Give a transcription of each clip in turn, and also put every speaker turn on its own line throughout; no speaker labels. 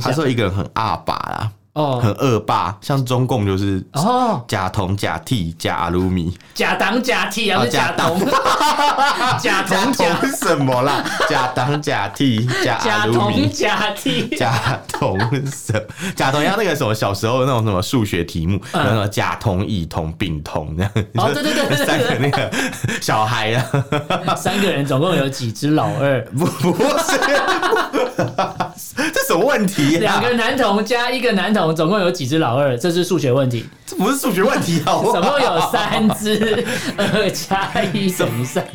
他说一个人很二爸啦，很
哦
恶霸，像中共就是
哦，
假铜、假替、假阿鲁米，
假党假替啊，
哦
不是假同，假
假
同
铜
假
是什么啦？假党、假替、假
假
阿鲁
同
米。
假替，
假同什么假同像那个什么小时候那种什么数学题目，
嗯
然后甲同乙同丙同这样，
哦对对对对对
三个那个小孩啊，
三个人总共有几只老二？
不不是， 这什么问题
两
啊？
个男童加一个男童，总共有几只老二？这是数学问题，
这不是数学问题啊好不
总
好？
共有三只，二加一等于三。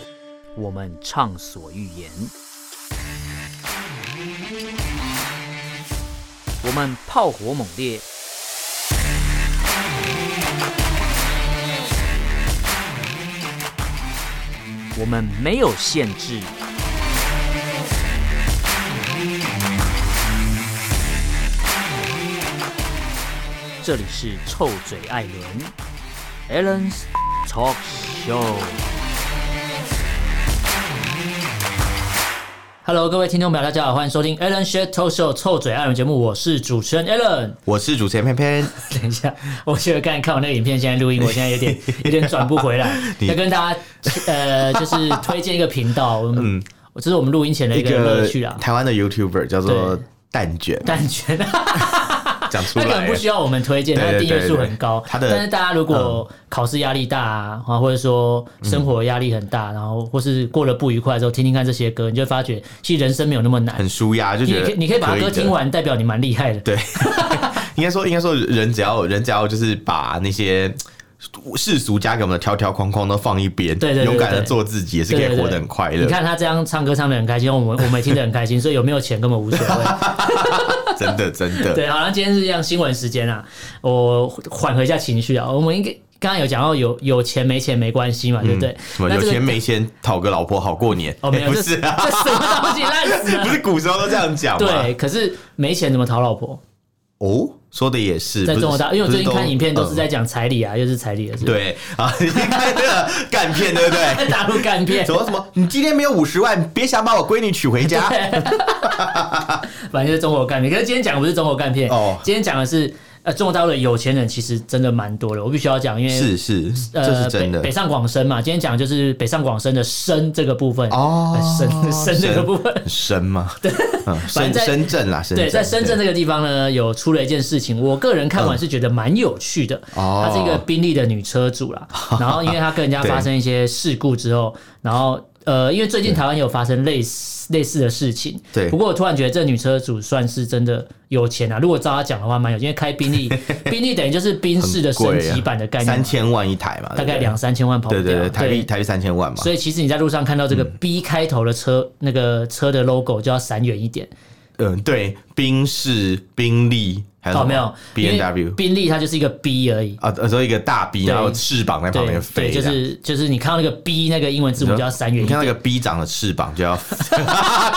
我们畅所欲言，我们炮火猛烈，我们没有限制。这里是臭嘴艾伦 a l l e n s Talk Show。Hello，各位听众朋友，大家好，欢迎收听 Alan s h a t Talk Show 臭嘴艾伦节目，我是主持人 Alan。
我是主持人偏偏，
等一下， 我觉得刚才看我那个影片，现在录音，我现在有 点有点转不回来，
你
要跟大家 呃，就是推荐一个频道，嗯，我这是我们录音前的一
一
个乐
个
趣啊，
台湾的 YouTuber 叫做
对
蛋 卷，
但觉得。
讲出
他可
来
能不需要我们推荐，
对
他的
对
订阅数
对对
很高。
他的嗯
但是大家如果考试压力大啊，啊或者说生活压力很大，然
嗯
后或是过得不愉快的时候，听听看这些歌，你就会发觉其实人生没有那么难。
很舒压，就
你
觉
也
得
可以，你可以把歌
的
听完，代表你蛮厉害的。
对， 应该说，应该说，人只要人只要就是把那些世俗家给我们的条条框框都放一边，
对对对
勇敢的
对
做自己，也是可以
对对对
活得很快乐
你。看他这样唱歌唱的很开心，我们我们也听得很开心，所以有没有钱根本无所谓。
真的，真 的，
对，好，那今天是这样新闻时间啊，我缓和一下情绪啊。我们应该刚刚有讲到有有钱没钱没关系嘛，对不对？
嗯什么
那
有
这个
钱没钱讨个老婆好过年？
哦，没有，
哎不
这
是啊，
这什么东西烂死 了
不。是古时候都这样讲吗？
对，可是没钱怎么讨老婆？
哦，说的也是，
在
不是
中国大陆，因为我最近看影片都是。
不
在讲彩礼啊，又是彩礼的事
嗯。对啊， 你看这个干片，对不 对？
在大陆干片
什，么什么？你今天没有五十万，别想把我闺女娶回 家。
反正就是中国干片。可是今天讲的不是中国干片，
哦
今天讲的是呃，中国大陆的有钱人其实真的蛮多的，我必须要讲，因为
是是，这
呃
是真的
北北。上广深嘛，今天讲的就是北上广深的深这个部分
哦
呃深深这个部分。
很深 吗？对，嗯，
反
深
正在
深圳啦，深圳
对，在深圳这个地方呢，有出了一件事情，我个人
嗯
看完是觉得蛮有趣的。
哦
她是一个宾利的女车 主啦，然后因为她跟人家发生一些事故之后，然后呃，因为最近台湾有发生类似类似的事情，
对
不过我突然觉得这女车主算是真的有钱啊，如果照她讲的话，蛮有钱，因为开 宾利，宾利等于就是宾士的升级版的概念嘛，
啊三千万一台嘛，
大
对
概
不对
两三千万跑不
对
掉，
对对，台币台币三千万嘛，嗯
所以其实你在路上看到这个 B 开头的车，那个车的 logo 就要闪远一点，
嗯，对，宾士、宾利还有什
哦，
么
没有
B N W
宾利它就是一个 B 而已。
啊，呃所以一个大 B，
对
然后翅膀在旁
对
边飞，
对，就
这样
是就是你看到那个 B 那个英文字母就要闪远
你
一
看那
点，
个 B 长的翅膀就要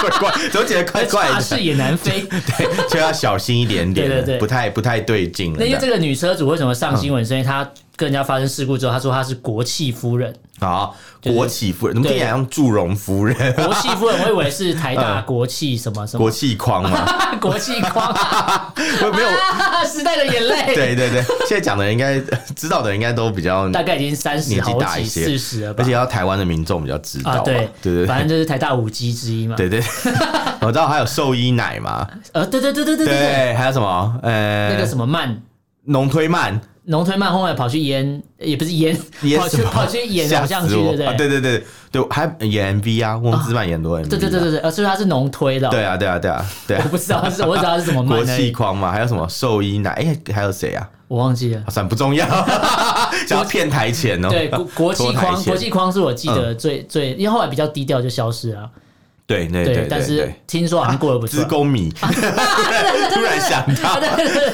怪怪，总觉得怪怪
巴
的，
士也难飞。
对，就要小心一点点，
对对对
不太不太对劲了
那因为
这
这
样。
个女车主为什么上新闻？是因为她跟人家发生事故之后，她说她是国戚夫 人。
好，
是
国企夫人，怎么听起来像祝融夫人？
国戚夫人，我以为是台大国戚什么什
国
么
企框嘛，
国戚框，
没有，
啊 时代的眼 泪。
对对对，现在讲的人应该知道的人应该都比较
大概已经三十
年纪
好
大
几、
一些
四十了吧
而且？要台湾的民众比较知道
啊，
嘛，
对
对对
反
对
正就是台大五 G 之一嘛。
对 对，我知道还有兽医奶嘛，
呃，对对对对对对对，
对，还有什么呃，
那个什么曼
农推漫
农推曼后来跑去演，也不是演，
演
跑
什
去
么，
跑去演偶像剧，
吓死
对
我
不
啊
对？
对对对对，还演 MV 啊，翁之曼演多 MV，
对对对
啊
对对，呃，所以他是农推的哦、
对啊对啊对啊对
我
啊，
不知道是，我只知道是什么
国
漫而
际
已，
框嘛，还有什么兽医奶，哎，还有谁啊？
我 忘记了
啊。算不重 要，想要骗台前哦，
对，国国际
拖台
框，
前
国际框是我记得
嗯
最最，因为后来比较低调就消失了。啊
对对
对
对，，
但
对
是
对
听说好像过得不错
资。 工迷，突然想到，
对对对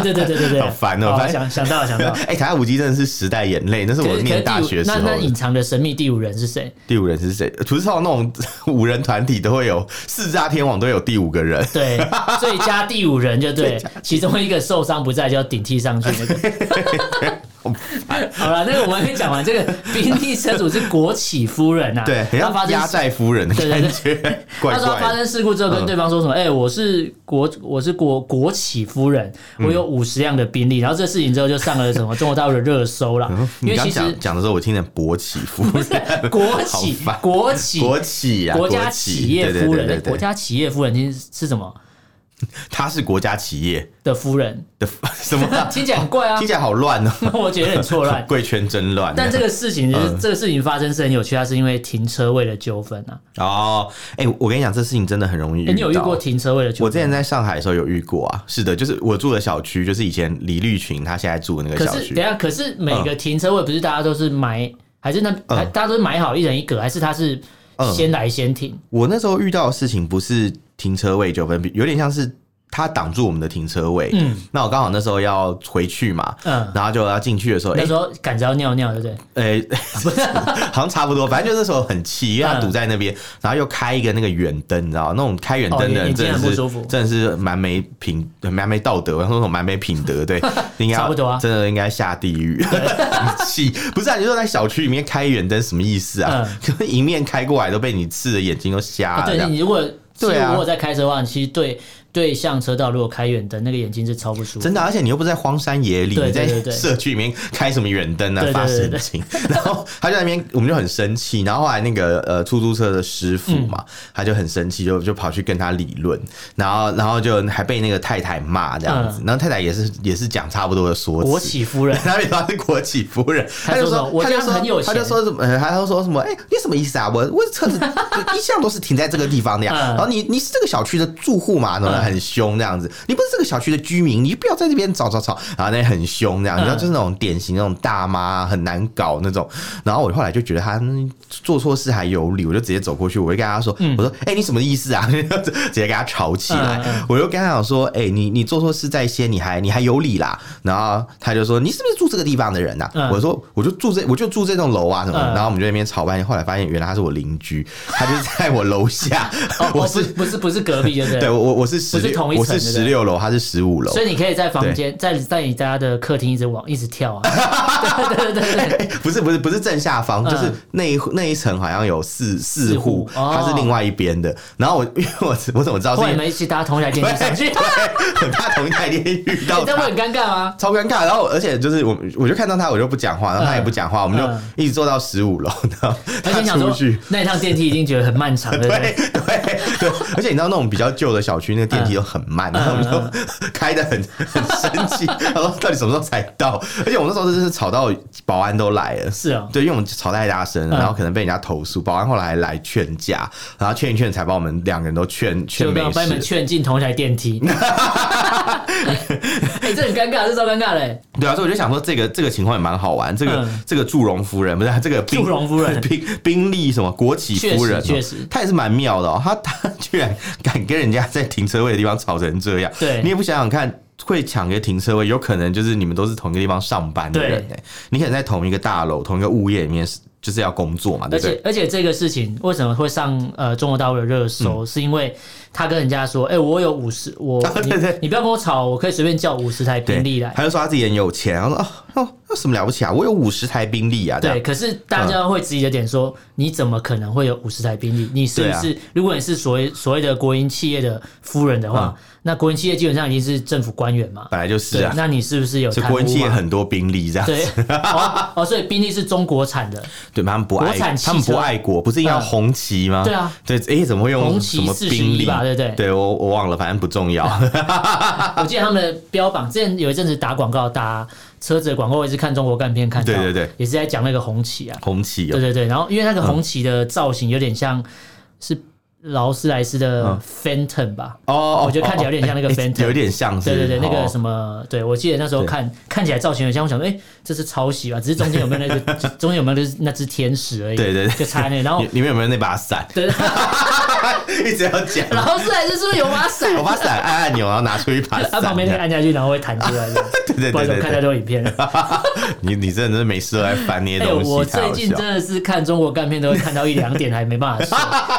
对对对对，
好烦哦
好
反正
想想到了想到了。
哎，台下五 G 真的是时代眼泪，那是
可
我
是可
念
是
大
第
学
五，
时
那
候
那
的
隐藏的神秘第五人是谁？
第五人是谁？土司上那种五人团体都会有四大天王都有第五个 人，
对， 最佳第五人就对，其中一个受伤不在就要顶替上去那个。好了，那个我们讲完这个宾利车主是国企夫人呐、啊，
对，很
他
像
发生
压寨夫人的
对对
感
对
觉，怪
他说他
怪
发
的。嗯
生事故之后跟对方说什么？哎、我是国我是国国企夫人，
嗯
我有五十辆的宾利。然后这事情之后就上了什么中国大陆的热搜啦。因
嗯你
为
刚
其实
讲讲的时候，我听见勃起夫
不
人，
是 国
好
企
烦
国企
国企啊，
国家
国
企业夫
对对对
人，
对对
国家企业夫人其实是什么
他是国家企业
的夫人？
的 什么啊？
听起来很怪啊
听，起来好乱哦，
我觉得很错 乱。
贵圈真乱。
但这个事情就是
嗯
这个事情发生是很有趣，它是因为停车位的纠纷啊。
哦，哎、我跟你讲，这事情真的很容易遇到。
哎，你有遇过停车位的纠
我之
纷？
前在上海的时候有遇过啊，是的，就是我住的小区，就是以前李绿群他现在住的那个
可
小
是
区嗯
等一，下，可是每个停车位不是大家都是买，还是那还大家都是买好一人一格，还是他是
嗯
先来先停？
我那时候遇到的事情不是停车位纠纷，有点像是他挡住我们的停车位。
嗯
那我刚好那时候要回去嘛，
嗯，
然后就要进去的时候，哎
那时候赶着要尿尿，对不对？
诶，哎 好像差不多，反正就那时候很气，因为他
嗯
堵在那边，然后又开一个那个远灯，你知道，那种开远灯的
哦
人
眼睛
真的
很不
是
舒服
真的是蛮没品，蛮没道德，然后那种蛮没品德， 对，应该要
差不多啊
真的应该下地狱。很 气，不是啊？你说在小区里面开远灯什么意思啊？ 就是迎面开过来都被你刺的眼睛都瞎了，
啊
这
嗯对
样
你如果其
对
实
啊
我有在开车的话，其实对对向车道如果开远灯，那个眼睛是超不舒服。
真的，而且你又不是在荒山野岭，
对
你在
对对对
社区里面开什么远灯啊
对？对
发
对
神
对
经。然后他就在那边，我们就很生气。然后后来那个呃出租车的师傅嘛，
嗯
他就很生气，就就跑去跟他理论，然后然后就还被那个太太骂这样
嗯
子。然后太太也是也是讲差不多的说
国
辞。，
企夫人
他说他是国企夫 人，
他
他就
说什么我
他就
家
说
很有钱
他就说什么，呃 他就说什么，哎，你什么意思啊？我我车子 一向都是停在这个地方的呀。
嗯
然后你你是这个小区的住户嘛，然后
嗯
很凶这样子，你不是这个小区的居民，你不要在这边吵吵吵，然后那很凶这样，
嗯
然后就是那种典型那种大妈很难搞那种。然后我后来就觉得他嗯做错事还有理，我就直接走过去，我就跟他说，我说，哎，你什么意思啊？ 直接跟他吵起来
嗯嗯。
我就跟他讲说，哎、你你做错事在先，你还你还有理啦。然后他就说，你是不是住这个地方的人呐、
嗯
我说，我就住这，我就住这栋楼啊什么的。
嗯
然后我们就在那边吵半天，后来发现原来他是我邻居，他就是在我楼下
哦，，
我
我
是
是。不是不是隔壁，对不
对
对？
我我我是十
不是
六
同一
我
层
是
对不
十
对
六楼，他是十五楼
所，以你可以在房间，在在你家的客厅一直往一直跳啊， 对对对对对，
不是不是不是正下方，
嗯
就是那一那一层好像有四四
四
户
户，哦
他是另外一边的。然后我因为我我怎么知道是因
后来
为
你们一起搭同一台 电梯上去，
对 很怕同一台电梯遇到
你这
他
样会很尴尬吗？
超尴尬。然后而且就是我，我就看到他，我就不讲话，然后他也不讲话，我们
嗯
就一直坐到十五楼， 然后 他
而且你想
出
说
去。
那一趟电梯一定觉得很 漫长，对不
对
对？
对对，而且你知道那种比较旧的小区，那个电梯都很慢，然后我们
嗯
就 开的很很生气， 然后到底什么时候才到？而且我们那时候真的是吵到保安都来了，
是哦，
对，因为我们吵太大声了，
嗯
然后可能被人家投诉，保安后来来劝架，然后劝一劝才把我们两个人都劝劝
就
没
没有把你们
事。
劝进同一台 电梯。 哎，这很尴尬，这超尴尬嘞！
对啊，所以我就想说，这个这个情况也蛮好玩。这个、
嗯
这个祝融夫人不是这个宾
祝融夫 人
宾宾利什么国企夫人哦，
确实确实
她也是蛮妙的哦。她她居然敢跟人家在停车位的地方吵成这样，
对
你也不想想看。会抢个停车位，有可能就是你们都是同一个地方上班的
对
人、欸、你可能在同一个大楼、同一个物业里面，就是要工作嘛，啊对
而
不对
且？而且这个事情为什么会上呃中国大陆的热搜，是因为他跟人家说，哎，我有五十，我
嗯啊
你
对对
你不要跟我吵，我可以随便叫五十台
对
宾利来。
他就说他自己很有钱，然后说哦哦，那什么了不起啊？我有五十台宾利啊，这样
对，可是大家会质疑的点说，你怎么可能会有五十台宾
嗯
利？你是不
啊
是？如果你是所谓所谓的国营企业的夫人的话，那国营企业基本上已经是政府官员嘛？
本来就是嗯啊
对，那你是不是有
所以
贪污
国营企业
嘛？
很多宾利这样，
对，哦哦，所以宾利是中国产 的，
对，他们不
国
爱，
产汽
他们不
车
爱国，不是应该
嗯
红旗吗？
对啊，
对，哎，怎么会用
红
什
旗
么宾利
41吧对不啊对
对我我忘了，反正不重要。
我记得他们的标榜，之前有一阵子打广告打车子的广告，我也是看中国干片看到，
对对对，
也是在讲那个红旗啊，
红旗
对
哦，
对对，然后因为那个红旗的造型有点像是劳斯莱斯的
嗯
Phantom 吧，
哦哦，
我觉得看起来有点像那个
哎
Phantom
有点像是，
对对对，那个
哦
什么，对我记得那时候
对
看看起来造型很像，我想说，哎、这是抄袭吧？只是中间有没有那 个，中间有没有那只那只天使而已，
对对对
就差那个然后
你你们有没有那把伞？
对，
一直要讲，
然后自来是是不是有把伞？
我把伞按按钮，然后拿出一把
它
伞，
啊旁边那个按下去，然后会弹出来的。
对 对
不好
对
意思，
对
我看太
对，
多影片了。
你你真的是没事都在翻那些
哎、
东西，
我
太
最
好
近
笑
真。的是看中国干片都会看到一两点还没办法睡，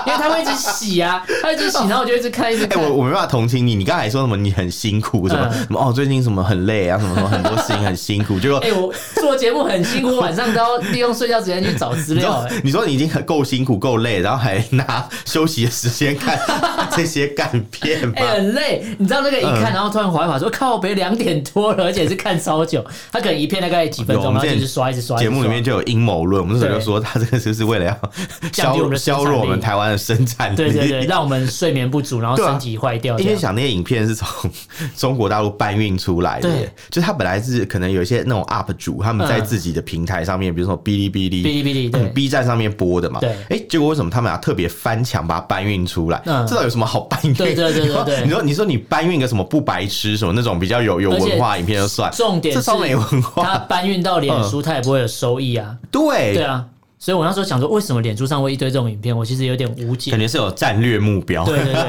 因为他会一直洗啊，他一直洗，然后我就一直看一直
哎、
看。
我我没办法同情你。你刚才还说什么你很辛苦什么、
嗯
什么哦，最近什么很累啊，什么什么很多事情很辛苦。结果
哎、我做节目很辛苦，晚上都要利用睡觉时间去找资
你
料、
说
哎，
你说你已经很够辛苦够累，然后还拿休息的时间看 这些干片吗
哎、？很累，你知道那个一看，
嗯
然后突然滑一滑，说靠北两点多了，而且是看超 久，他可能一片大概几分
有我
钟，
们
然后
之
就
前
一直刷，一直刷。
节目里面
一直
就有阴谋论，我们那时候就说他这个就是为了要
降低我们
削
的生
削
产
弱我们
力
台湾的生产力。
刷对对对，让我们睡眠不足，然后
对啊
身体坏掉这
因为
样。
想那些影片是从中国大陆搬运出来的
对，
就是他本来是可能有一些那种 UP 主他们在
嗯
自己的平台上面，比如说哔哩嗯哔哩、
哔哩哔哩对
嗯 B 站上面播的嘛。
对
哎，结果为什么他们要特别翻墙把它搬运出来？
嗯
这到底有什么好搬运？
对对对对对
你说你说你搬运个什么不白痴什么那种比较有有
而且
文化影片就算，
重点
这
是
超没嗯文
他
化。
搬运到脸书，他也不会有收益啊。
对
对啊，所以我那时候想说，为什么脸书上会一堆这种影片？我其实有点无解
感。觉是有战略目标，
对对对，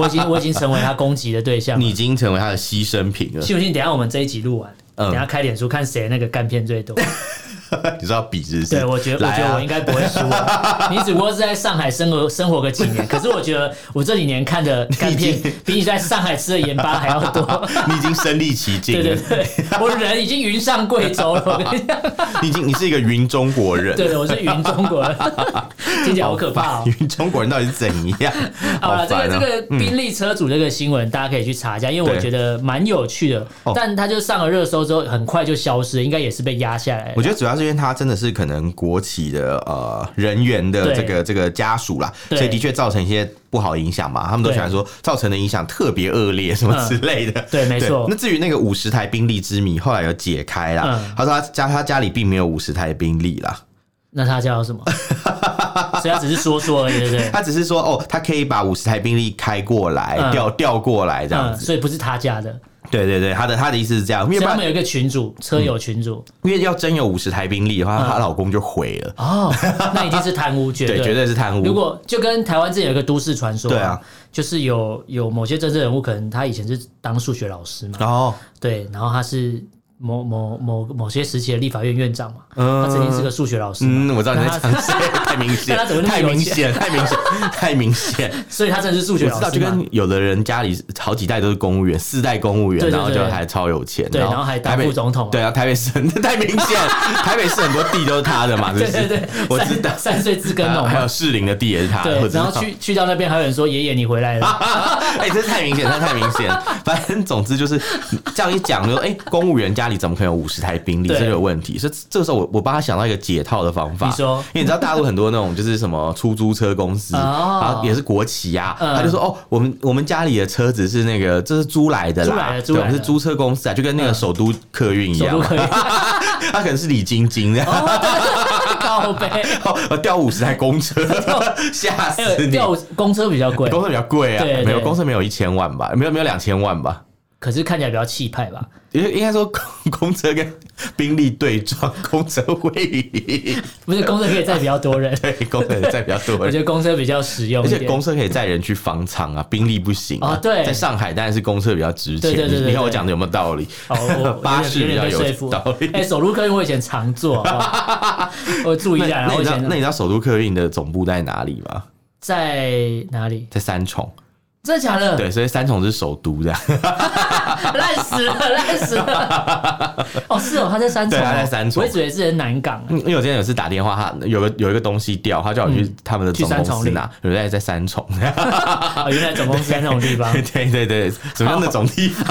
我已经我已经成为他攻击的对象了。
你已经成为他的牺牲品 了。
信不信？等一下我们这一集录完，
嗯
等一下开脸书看谁那个干片最多。
你知道比是不是？
对，我觉得、我
来
觉得
啊
我应该不会输 啊。你只不过是在上海生活生活个几年，可是我觉得我这几年看的 干片比你在上海吃的盐巴还要多。
啊你已经身临其境
对
了。
对对，我人已经云上贵州了。我跟 你讲，
你已经你是一个云中国人，
对对，我是云中国人，
啊
听起来好可怕哦、
云中国人到底是怎样？
好了，这
烦
个
啊
这个宾利车主这个新闻，大家可以去查一下，因为我
对
觉得蛮有趣的
哦。
但它就上了热搜之后，很快就消失，应该也是被压下来了
我。觉得主要是因为他真的是可能国企的呃人员的
对
这个这个家属啦，
对
所以的确造成一些不好的影响嘛。他们都喜欢说造成的影响特别恶劣什么之类的。
嗯 对没错
那至于那个五十台宾利之谜，后来有解开啦。
嗯
他说他家他家里并没有五十台宾利啦，
那它叫 什么？所以它只是说说而已，对不对？
他只是说哦，他可以把五十台宾利开过来，
嗯
调调过来这样
嗯，
子。
所以不是他家的。
对对对，他的他的意思是这样，因为
所以
不
他
然嗯
们有一个群主，车友群主。
因为要真有五十台宾利的话，
嗯
她老公就毁了。
哦， 那一定是贪污，绝
对，绝
对。
对是贪污。
如果就跟台湾之前有一个都市传说，
对啊，
就是有有某些政治人物，可能他以前是当数学老师嘛，
然后，
对，然后他是某某某某些时期的立法院院长嘛，
嗯
他曾经是个数学老师嘛，
嗯，我知道你在讲 谁，太明显
那他怎么，那么
太
有
明
钱
显，太明显， 太明显。
所以他真的是数
我
学
知
老
道，
师
就
嘛。
跟有的人家里好几代都是公务员，四代公务员，
对对
然后就
对
还超有钱，
对然后还当
台北
副总统啊
对啊，台北市 太明 显，台北市很多地都是他的嘛，是不
对
是
对对，
我
三
知道。
三岁自耕
还有
农
还有
嘛。
士林的地也是他的，我
对，
知
然后
道
去去到那边还有人说：“爷爷，你回来 了。
哎、这太明显，这太明显。反正总之就是这样一讲，就哎、公务员家里怎么可能有五十台宾利？
对
这就有问题。所以这个时候我我帮他想到一个解套的方法。
你说
因为你知道大陆很多那种就是什么出租车公司，
哦
然后也是国企啊，
嗯
他就说哦，我们我们家里的车子是那个这是租来的啦，
租来的租
对，
来
我
的嗯
们是租车公司啊，就跟那个首都客运一”
首
样
都哦
嘛，
可 以
他可能是李晶晶这样。
告呗。
哦，掉五十台公车， 吓
还有
死你！
吊公车比较 贵，
公车比较贵啊，
对对
没有公车没有一千万吧，没有没有两千万吧，
可是看起来比较气派吧？
因为应该说 公公车跟宾利对撞，公车会赢，
不是，公车可以载比
，
较多人
对，公车载比较多
我觉
人。
得公车比较实用
而
一
且
点。
公车可以载人去方舱啊，宾利不行啊。
哦对
在上海当然是公车比较值钱。
对对对对对
你看我讲的有没有道理？
哦， 我我有点
巴士
有
比
点
较
被
有
说服
道理。
哎，首都客运我以前常坐，好 不好我注意一下。然
那
后
你
我以
知道那
前
你知道首都客运的总部在哪里吗？
在哪里？
在三重。
真的假的？
对，所以三重是首都 这样。
烂死了，烂死了！ 哦，是哦，他在三重哦，
对他在三重
我一直以为是在南港 啊。
因为我之前有次打电话，他有个有一个东西掉，他叫我去他们的
嗯去
总
三
公
重
司
领
拿，有在在三重。
哦，原来总公司在那种地方，
对对对，什么样的总地方？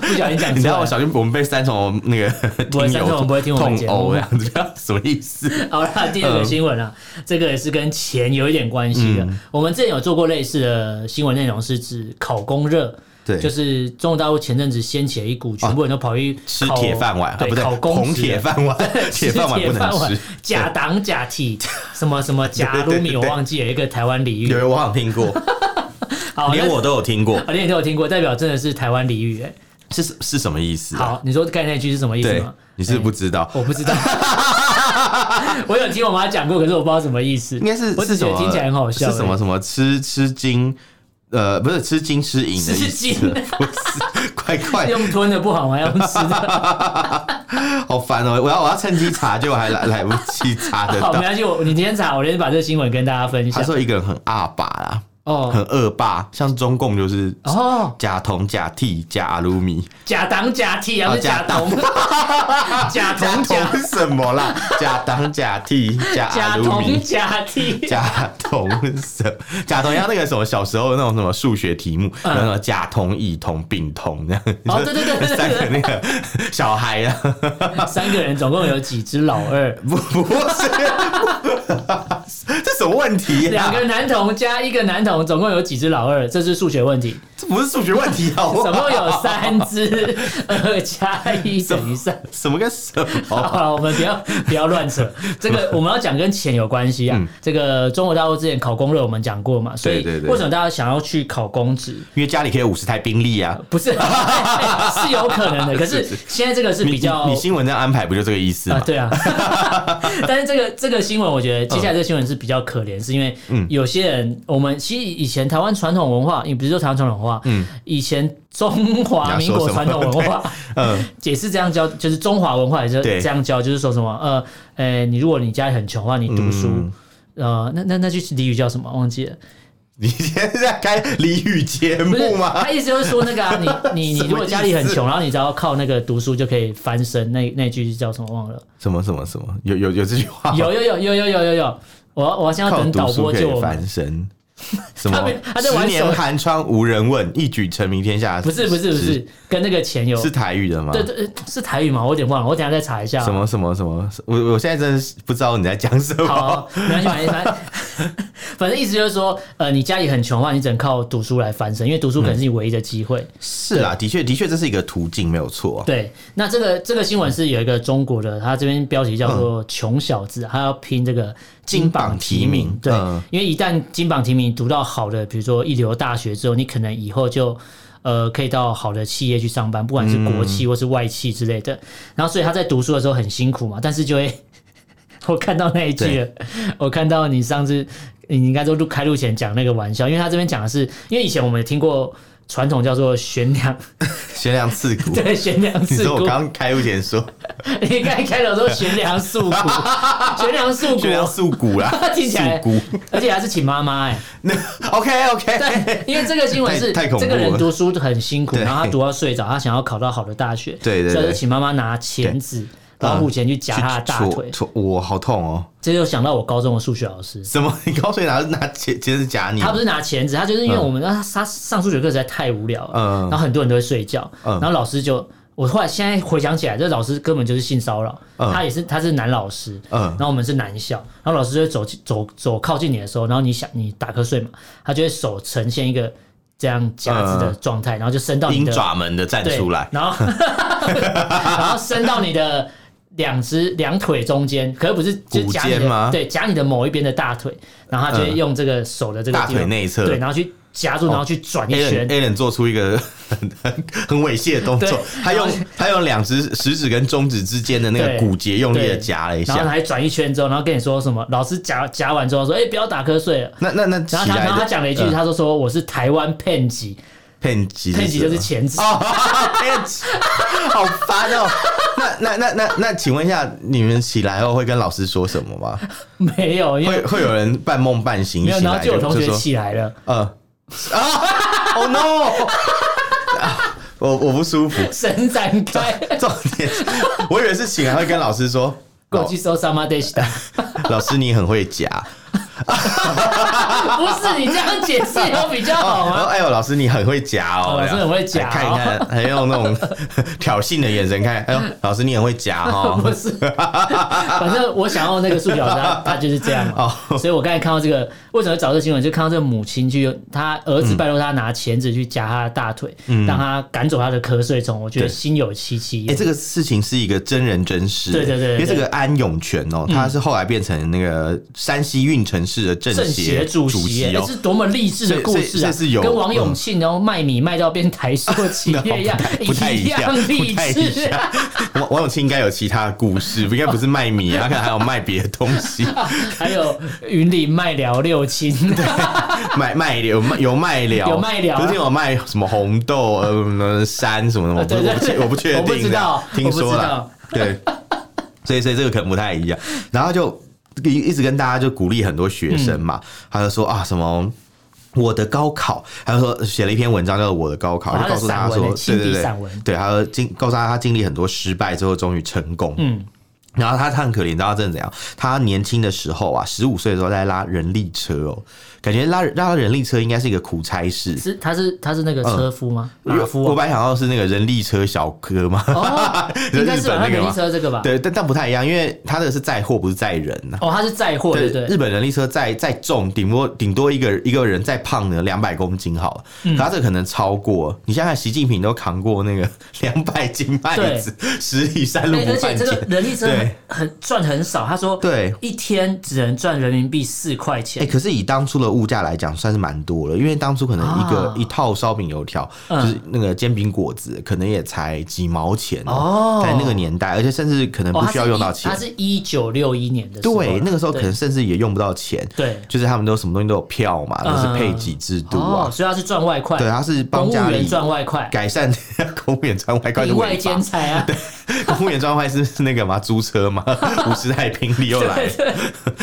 不小心 讲
你
出
知
来
道我
了。
小心我们被三重那个
不会
听
三重
友
人不会听我们
痛
节目
殴这样子， 什么意思？
好啦，第二
嗯
个新闻啊，这个也是跟钱有一点关系的。我们之前有做过类似的新闻内容，是指考公热。
对啊
就是中国大陆前阵子掀起了一股，全部人都跑去
吃
烤
铁饭碗啊，
对，
不对，
烤公
红
职
铁
的
饭 碗， 铁饭碗不
铁饭
能
碗
吃。
假党假 体，什么什么假卢米，我忘记了一个台湾俚
有
语。
有我好像听 过，
好，哦
连我都有听过，
那，连你都有听过，代表真的是台湾俚语。哎，
是是什么意思啊？
好，你说刚才那句是什么意思哎
对
吗？，
你是不是不知道，
我不知道，我有听我妈讲过，可是我不知道什么意思。
应该是
我只
是什
觉得
么？
听起来很好笑。哎
是什么？什么吃吃惊？呃，不是吃惊吃赢的意
吃
思，
惊
不是快 快，
欸用吞的不好吗？用吃的
好烦哦！我要我要趁机查，结果还来来不及查得
好，没
到。
关系。我你今天查，我今天把这个新闻跟大家分
他
享。
说一个人很阿爸啦，
哦
很恶霸，像中共就是
哦，
假铜、假替、假阿鲁米，
假党假替啊，
哦
不是假同，
假
假同
铜
假
是什么 啦？假党、假替、假
假
阿鲁
同
米。
假替。
假同什么假同像那个什么小时候那种什么数学题目，
嗯
然后甲同乙同丙同那样，
哦，对对对对
三个
对
那个小孩啊，
对，三个人总共有几只老 二？
不不是，这什么问题呀、
两
啊？
个男童加一个男童，总共有几只老二？这是数学问题。
这不是数学问题好不
总
好？
共有三只， 二加一等于三。
什么跟什么？
好了，我们不要不要乱扯。这 个我们要讲跟钱有关系啊。这个中国大陆之前考公热我们讲过嘛，所以
嗯对对对
为什么大家想要去考公职？
因为家里可以五十台宾利啊。
不是是有可能的，可是
是是
现在这个是
你
比较
你你新闻这样安排不就这个意思
啊，
吗？
对啊。 但是这个这个新闻，我觉得接下来这个新闻是比较可
嗯
怜，是因为有些人，我们其实以前台湾传统文化，你不是说台湾传统文化，嗯，以前中华民国传统文
你要
化，
嗯，
也是这样教，就是中华文化也是
对
这样教，就是说什么呃，呃、你如果你家里很穷的话，你读书，
嗯
呃，那那那句俚语叫什么？忘记了，
你现在在开俚语节
不是
目，吗？
他意思就是说那个啊，你 你
什么
你如果家里很
意思
穷，然后你只要靠那个读书就可以翻身，那那句叫什么忘了？
什么什么什么？有有有这句话吗？
有有有有有有有有，我要我要先要
哦靠
等
读
导
书
播
可
救
以
我们。
翻身。什
他
么
没有？他在
十
玩手
年寒窗无人问，一举成名天下。
不是不是不是，跟那个钱有
是，是台语的吗？
对对呃是台语吗？我有点忘了，我等一下再查一下。啊
什么什么什么？我我现在真的是不知道你在讲什么。
好，没关系，没关系。 反正意思就是说，呃，你家里很穷的话，你只能靠读书来翻身，因为读书可能是你唯一的机会。
是啦，的确的确，这是一个途径，没有错。
对，那这个这个新闻是有一个中国的，他这边标题叫
嗯
做“穷小子”，他要拼这个金榜题名。
金
对
榜题名嗯，
因为一旦金榜题名读到好的，比如说一流大学之后，你可能以后就。呃，可以到好的企业去上班，不管是国企
嗯
或是外企之类的。然后，所以他在读书的时候很辛苦嘛，但是就会， 我看到那一句了，我看到你上次你应该说录开录前讲那个玩笑，因为他这边讲的是，因为以前我们也听过传统叫做悬梁，，
悬梁刺股
对，悬梁
你
刺
说
股。
我刚刚开路前说
你刚才开头说悬梁素骨，悬梁素骨哦
悬，梁刺股啦，
听起来
刺股。
而且还是请妈妈 哎，
那 OK OK，
但因为这个新闻是
太太恐怖
这
了
个人读书很辛苦，
对
然后他读到睡着，他想要考到好的大学，
对对
所以他
对
就请妈妈拿钳子。老虎钳去夹他的大腿，
戳，戳我好痛哦！
这就想到我高中的数学老师，
什么？你高水拿拿钳钳子夹你？
他不是拿钳子，他就是因为我们他他上数学课实在太无聊了，
嗯
然后很多人都会睡觉，
嗯
然后老师就我后来现在回想起来，这老师根本就是性骚扰，
嗯
他也是他是男老师，
嗯
然后我们是男校，然后老师就会走进走走靠近你的时候，然后你想你打瞌睡嘛，他就会手呈现一个这样夹子的状态，然后就伸啊到
嗯
你
鹰
的
爪门的站
对
出来，
然后 然后伸到你的两只两腿中间，可是不是就
骨
夹你
尖吗
的对夹你的某一边的大腿，然后他就会
嗯
用这个手的这个
大
地
腿
方
内侧。哦哎
对，然后去夹住，然后去转一
a l a
圈
n。a l a n 做出一个 很很很猥亵的动作
对，
他用
然后
他用两只食指跟中指之间的那个
对
骨节用力的
对
夹了一
然后
下。
还转一圈之后，然后跟你说什么？老师夹夹完之后说：“哎、不要打瞌睡了。
那那那”起
然后他，
来
然后他
的嗯呃
讲了一句，他就说：“我是台湾骗级，
骗吉
骗级就是
什
钳子。
么 哦，骗吉，好烦哦。那那那那那，请问一下，你们起来后会跟老师说什么吗？
没有，因为
会会有人半梦半醒
没
一
有，
起
然后
来
就有同学
说
起来了，
呃 啊，Oh no！啊 我我不舒服。
伸 展开。
重点是，我以为是醒来会跟老师说。哦
过去收 summer day，
老师，你很会 夹。
不是你这样解释有比较好
然后
吗？
哎呦，老师你很会夹哦，
啊哦老师
这样
很会夹哦
还看一看，还用那 种挑衅的眼神看，哎呦，老师你很会夹
嗯 不
哦。
是，反正我想要那个数学老师，他他就是这样嘛。
哦
所以我刚才看到这个，为什么找这新闻，就看到这个母亲去，他儿子拜托他拿钳子去夹他的大腿，让他赶走他的瞌睡虫，我觉得
对
心有戚戚
嗯哎、
焉。
这个事情是一个真人真事，哎
对对对对
因
嗯
为这个安永泉哦，他是后来变成那个山西运城式的政
政协
主
主席耶，
哦
这，是多么励志的故
所
事
以所以
啊！
这是有，
跟王永庆然后卖米卖到变台塑企哎业一样
不太一样，不
励
太
志
一
啊。
样。王王永庆应该有其他的故事，应该不是卖米啊，他可能还有卖别的东西，
还有云里卖了六亲，
卖卖有卖有卖了，
有卖了啊
不是有卖什么红豆呃山什么的，我不
对对
我不确我不确定啊，
我不知道
听说了
我，
对，所以所以这个可能不太一样，然后就一一直跟大家就鼓励很多学生
嗯
嘛，他就说啊什么。我的高考，他就说写了一篇文章叫《我的高考》，
哦
就告诉大家说，
他
对对对
的散文亲笔散文，
对，他说经告诉大家他经历很多失败之后，终于成功，
嗯，
然后他他很可怜，你知道他真的怎样？他年轻的时候啊，十五岁的时候在拉人力车哦，感觉拉拉人力车应该是一个苦差事。
是他是他是那个车夫吗？马夫
嗯我
啊
本来想到是那个人力车小哥嘛，
哦，
就
应该
日
是有
本
他
那
人
个
力
嘛。
车这个吧？
对，但但不太一样，因为他那个是载货，不是载人呐、
哦，他是载货，对不
日
对？
本人力车再再重，顶多顶多一个一个人再胖呢两百公斤好了，
嗯
可他这个可能超过。你想想，习近平都扛过那个 两百斤麦子，十里山路
对，
不
而且
犯
这个
贱。
人力车
对
很赚很少，他说
对
一天只能赚人民币四块
哎、
钱，
可是以当初的物价来讲，算是蛮多了，因为当初可能一个、
啊
一套烧饼油条，
嗯
就是那个煎饼果子，可能也才几毛钱
哦
在那个年代，而且甚至可能
哦
不
他
需要
是
用
一
到钱，
他是一九六一年的时候啊，
对，那个时候可
对
能甚至也用不到钱，
对
就是他们都什么东西都有票嘛，都是
嗯
配给制度
哦
啊，，
所以他是赚外快，
对，他是
公
帮
务
家
员
里
赚外快，
改善 公务员赚外快的
另外
违
兼
法，
财 啊，
公务员赚外是是那个嘛租车 嘛，五十台宾利又来
对
了，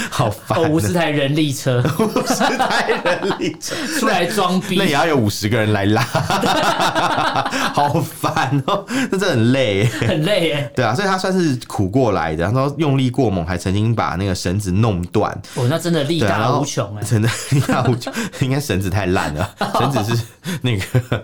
好烦、
哦，
啊，
五十台人 力车
五十台 人力车。
出来装逼
那，也啊要有五十个人来拉， 好烦哦、那真的很累耶。
很累耶。
对啊，所以他算是苦过来的，然后用力过猛，还曾经把那个绳子弄断，
哦，那真的力
对啊，然
大
后
无穷哎。
真的 力大无穷，应该绳子太烂了，绳 子是那个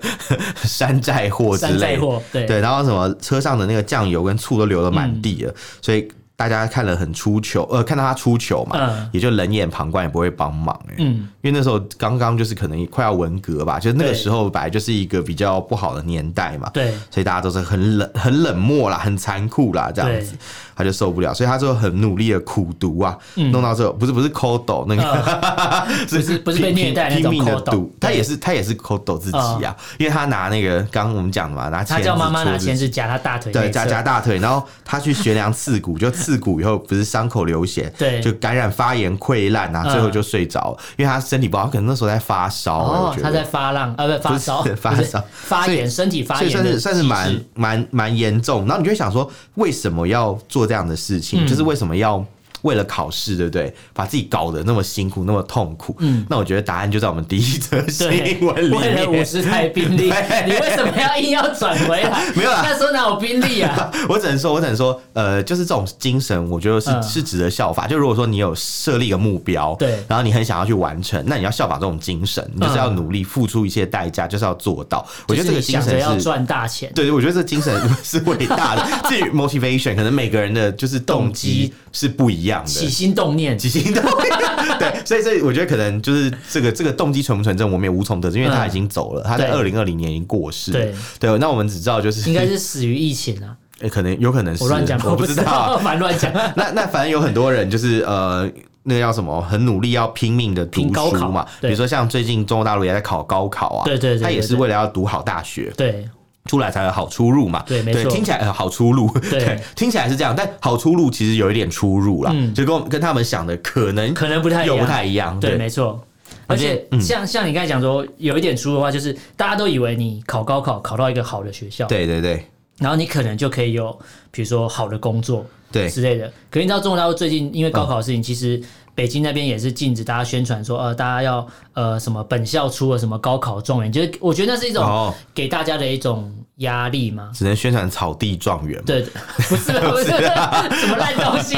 山寨货之
山
类
寨
的，
货，对
对，然后什么车上的那个酱油跟醋都流了满
嗯
地了，所以大家看了很出糗，呃，看到他出糗嘛，
嗯
也就冷眼旁观，也不会帮忙、欸，
嗯
因为那时候刚刚就是可能快要文革吧，就是那个
对
时候本来就是一个比较不好的年代嘛，
对，
所以大家都是很冷、很冷漠啦，很残酷啦，这样子
对，
他就受不了，所以他就很努力的苦读啊，弄到最后不是不是抠抖那 个，
嗯呃不是不是被
拼
虐待那
拼
种
命的
抠抖
读，
对嗯
他也是他也是抠抖自己啊，因为他拿那个刚刚我们讲的嘛，拿钳
他
子
叫妈妈拿
戳自己
钳子夹他大腿内侧，
对，夹夹大腿，然后他去悬梁刺骨，就刺骨以后不是伤口流血，
对
就感染发炎溃烂啊，
嗯
最后就睡着了，因为他身体不好，可能那时候在发烧，我
哦，
觉
他在
得。
发浪啊，不
不
发
是
烧，
发
不是
烧
发
所以
炎，身体发
所以
炎
算
的
是算是
机
蛮
制
蛮蛮严重，然后你就会想说，为什么要做这样的事情？
嗯
就是为什么要为了考试，对不对？把自己搞得那么辛苦，那么痛苦。
嗯
那我觉得答案就在我们第一则新
对，
闻里
为了五
面。
十台宾 利，
对
你为什么要硬要转回来？
没有啊啦
那时候哪有宾利啊？
我只能说，我只能说，呃，就是这种精神，我觉得是、
嗯
是值得效法。就如果说你有设立一个目标，
对
然后你很想要去完成，那你要效法这种精神，你就是要
嗯
努力付出一些代价，就是要做到。 我觉得这个
就是
精
想着要
神是。
赚大钱，
对，我觉得这精神 是伟大的。至于 motivation，可能每个人的就是动机是不一样
起
的，
心动念，
起心动念。对，所以所以我觉得可能就是这个这个动机纯不纯正，我们也无从得知，因为他
嗯
已经走了，他在
对
二零二零年已经过世。
对，
对，那我们只知道就是
应该是死于疫情啊。
呃可能有可能是
我乱讲，
我不知道，，
蛮乱讲。
那那反正有很多人就是呃。那个叫什么？很努力要拼命的读
拼
书
高考
嘛，比
对
如说像最近中国大陆也在考高考啊，
对对对对
他也是
对
为了要读好大学，
对，
出来才有好出路嘛。
对没错
听起来、呃好出路，
对
听起来是这样，但好出路其实有一点出入啦，
嗯
就跟我们跟他们想的可能
可能不太一
有不
样
太一样，
对，没错。而且
嗯
像像你刚才讲说，有一点出入的话，就是大家都以为你考高考考到一个好的学校，
对对对
然后你可能就可以有比如说好的工作
对
之类的。可是你知道中国大陆最近因为高考的事情，其实北京那边也是禁止大家宣传说，呃，大家要呃什么本校出了什么高考状元，就是我觉得那是一
对，
种
哦，
给大家的一种压力嘛。
只能宣传草地状元嘛，
对，不是啦嗯不是啊啦什么烂东 西，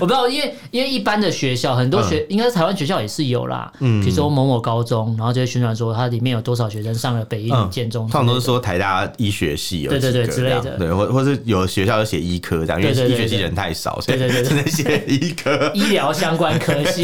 我不知道，因为因为一般的学校，很多学、应该是台湾学校也是有啦，嗯嗯，比如说某某高中，然后就会宣传说它里面有多少学生上了北一女
嗯
建中之类的，
通常都是说台大医学系有
对对对
几个这样
之类的
对，或或是有学校有写医科这样，因为
对对
医
对
学系
对
人太少，所以
对对对
只能写医科。
医疗相关科系，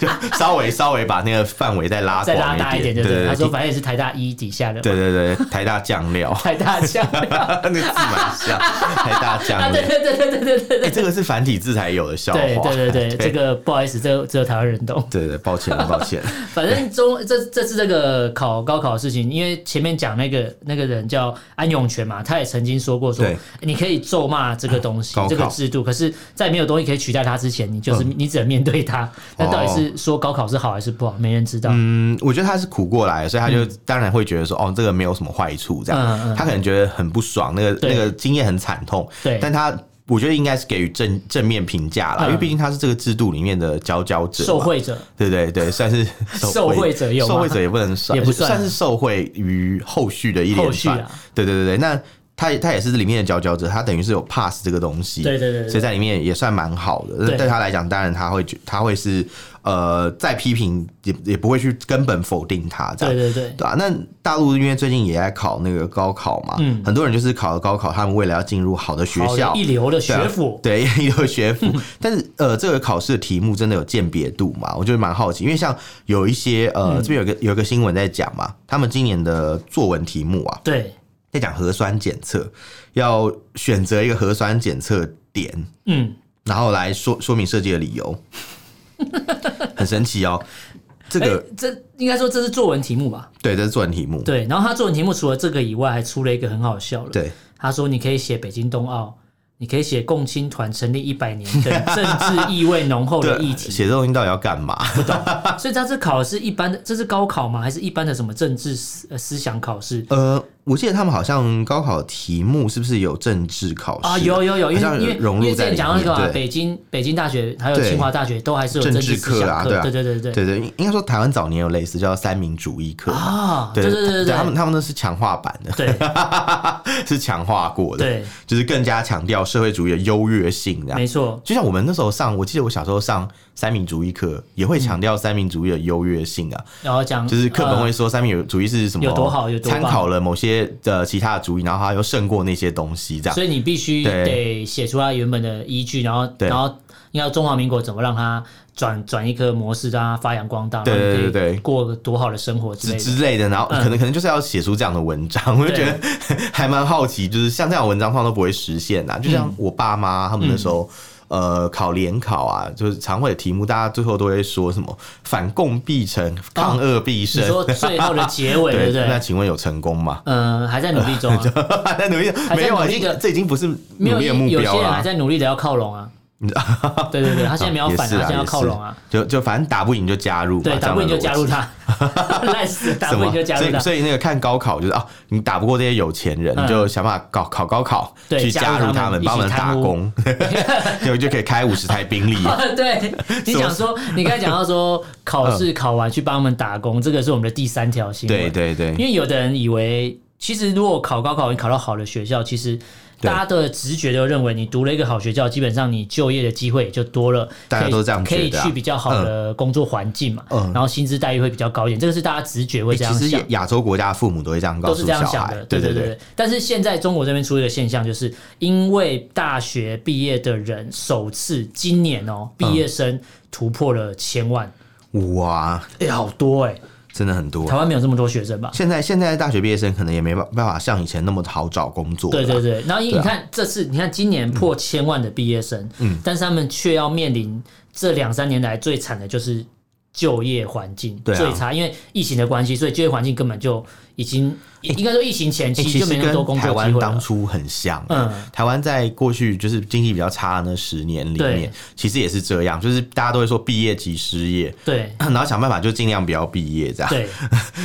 就稍微稍微把那个范围再拉
再拉
广
大一
点，
点就对了。他说
对
反正也是台大一底下的嘛，
对对 对，台大酱料，
台大酱料。
那个字蛮 像，台大
啊，
酱
对
料。
对对对对对对
哎，这个是繁体字才有的笑话。
对对对对，这个不好意思，这个只有台湾人懂。
对对，抱歉抱歉。
反正中这这次这个考高考的事情，因为前面讲那个那个人叫安永泉嘛，他也曾经说过说
对，
你可以咒骂这个东西
高考嗯
这个制度，可是，在没有东西可以取代它之前，你就是、你只能面对它。那到底是说高考是好还是不好，没人知道。
哦嗯，我觉得他是苦过来，所以他就当然会觉得说，哦，这个没有什么坏处，这样，
嗯嗯嗯
他可能觉得很不爽，那个
对
那个经验很惨痛，
对
但他我觉得应该是给予正正面评价啦，
嗯
因为毕竟他是这个制度里面的佼佼者嘛，
受贿者
对对对，算是
受贿者有吗
受贿者也不能算，
也不算
是受贿于后续的一连
后续
串。
啊，
对对对对，那他他也是里面的佼佼者，他等于是有 pass 这个东西，
对对对对
所以在里面也算蛮好的。那
对
对他来讲，当然他会觉他会是呃，再批评也也不会去根本否定他这样
对。对对，
对啊，那大陆因为最近也在考那个高考嘛，很多人就是考了高考，他们为了要进入好的学
好
校，
一流的学府，
对，啊有学 府，但是呃，这个考试的题目真的有鉴别度嘛？我就蛮好奇，因为像有一些呃，
嗯
这边有一个有一个新闻在讲嘛，他们今年的作文题目啊，
对，
在讲核酸检测，要选择一个核酸检测点，
嗯，
然后来说说明设计的理 由，很神奇哦。这个、
哎这应该说这是作文题目吧？
对，这是作文题目，
对，然后他作文题目除了这个以外，还出了一个很好笑的。
对
他说你可以写北京冬奥，你可以写共青团成立一百年等政治意味浓厚
对
的
啊
议， 题，
写这东西到底要干嘛？
所以他这考的是一般的，这是高考吗？还是一般的什么政治思呃思想考试？
呃，我记得他们好像高考题目是不是有政治考试
啊，有有有，因
好像
为因为
融
因为
入
之
在
前
里
讲到那
面
个嘛，
对。
北京北京大学还有
对
清华大学都还是有
政
治
治
思
课
想
啊，
课，
啊，
对对对对
对对，应应该说台湾早年有类似叫三民主义课，
啊，对
对
对对对
他们
对
他们那是强化版的，
对
是强化过的，
对，
就是更加强调社会主义的优越性这样。
没错，
就像我们那时候上，我记得我小时候上三民主义课，也会强调三民主义的优越性啊，
然后讲
就是课本
呃
会说三民主义是什么，
有多好有多棒
参考了某些的其他的主义，然后它又胜过那些东西这样。
所以你必须
对
得写出它原本的依据，然后
对
然后你要中华民国怎么让它转转一颗模式，让它发扬光大，
对
让你可以
对对对
过多好的嗯生活之
之
类的。
之类的，然后可能、可能就是要写出这样的文章，我就觉得 还蛮好奇，就是像这样的文章通常都不会实现呐、就
嗯
像我爸妈他们那时候。呃，考联考啊，就是常会的题目，大家最后都会说什么“反共必成，抗俄必
你
胜”
说 最后的结尾，对不
那
对？
请问有成功吗？
嗯，还在努力中啊，
还在努力，
还在
没有啊，
努力
这个
的
这已经不是努
没有
力的目
有
标啊
些人还
了。
在努力的要靠 拢啊。对对对，他现在没有
也
反，
是
他
啊
现在要靠拢啊。
就就反正打不赢就加入嘛，
对，打不赢就加入
他。
他， 烂死，打
什
不
么？
赢就加入他
所以。所以那个看高考就是啊，你打不过这些有钱人，
嗯
你就想办法搞考高考，
对
去
加入
加入
他
他
们
们，
一起
帮们打
贪污
工，就就可以开五十台宾利。
对你讲说， 你刚才讲到说考试考完去帮他们打工，这个是我们的第三条新
嗯
闻。
对对对
因为有的人以为，其实如果考高考，你考到好的学校，其实
对
大家的直觉都认为，你读了一个好学校，基本上你就业的机会也就多了，
大家都这样
可以
觉得啊
可以去比较好的工作环境嘛，
嗯
然后薪资待遇会比较高一点，这个是大家直觉会
其
这样
实
想
亚。亚洲国家的父母都会这样告
都是
诉
这样
小
想
孩
的，，
对
对
对。
对。但是现在中国这边出一个现象，就是因为大学毕业的人首次今年哦、
嗯
毕业生突破了千万，
哇，
哎、好多哎、
真的很
台
多。
湾没有这么多学生吧？
现在现在大学毕业生可能也没办办法像以前那么好找工作了
对
啦，
对对，然后你
对啊
看这次，你看今年破千万的毕业生，嗯，但是他们却要面临这两三年来最惨的就是就业环境、
对啊
最差，因为疫情的关系，所以就业环境根本就已经、应该说疫情前
欸
期就没那么多工
台
作机
湾
会
当
了。
初很像，
嗯
台湾在过去就是经济比较差的那十年里
对
面，其实也是这样，就是大家都会说毕业即失业，
对
然后想办法就尽量不要毕业这样。
对，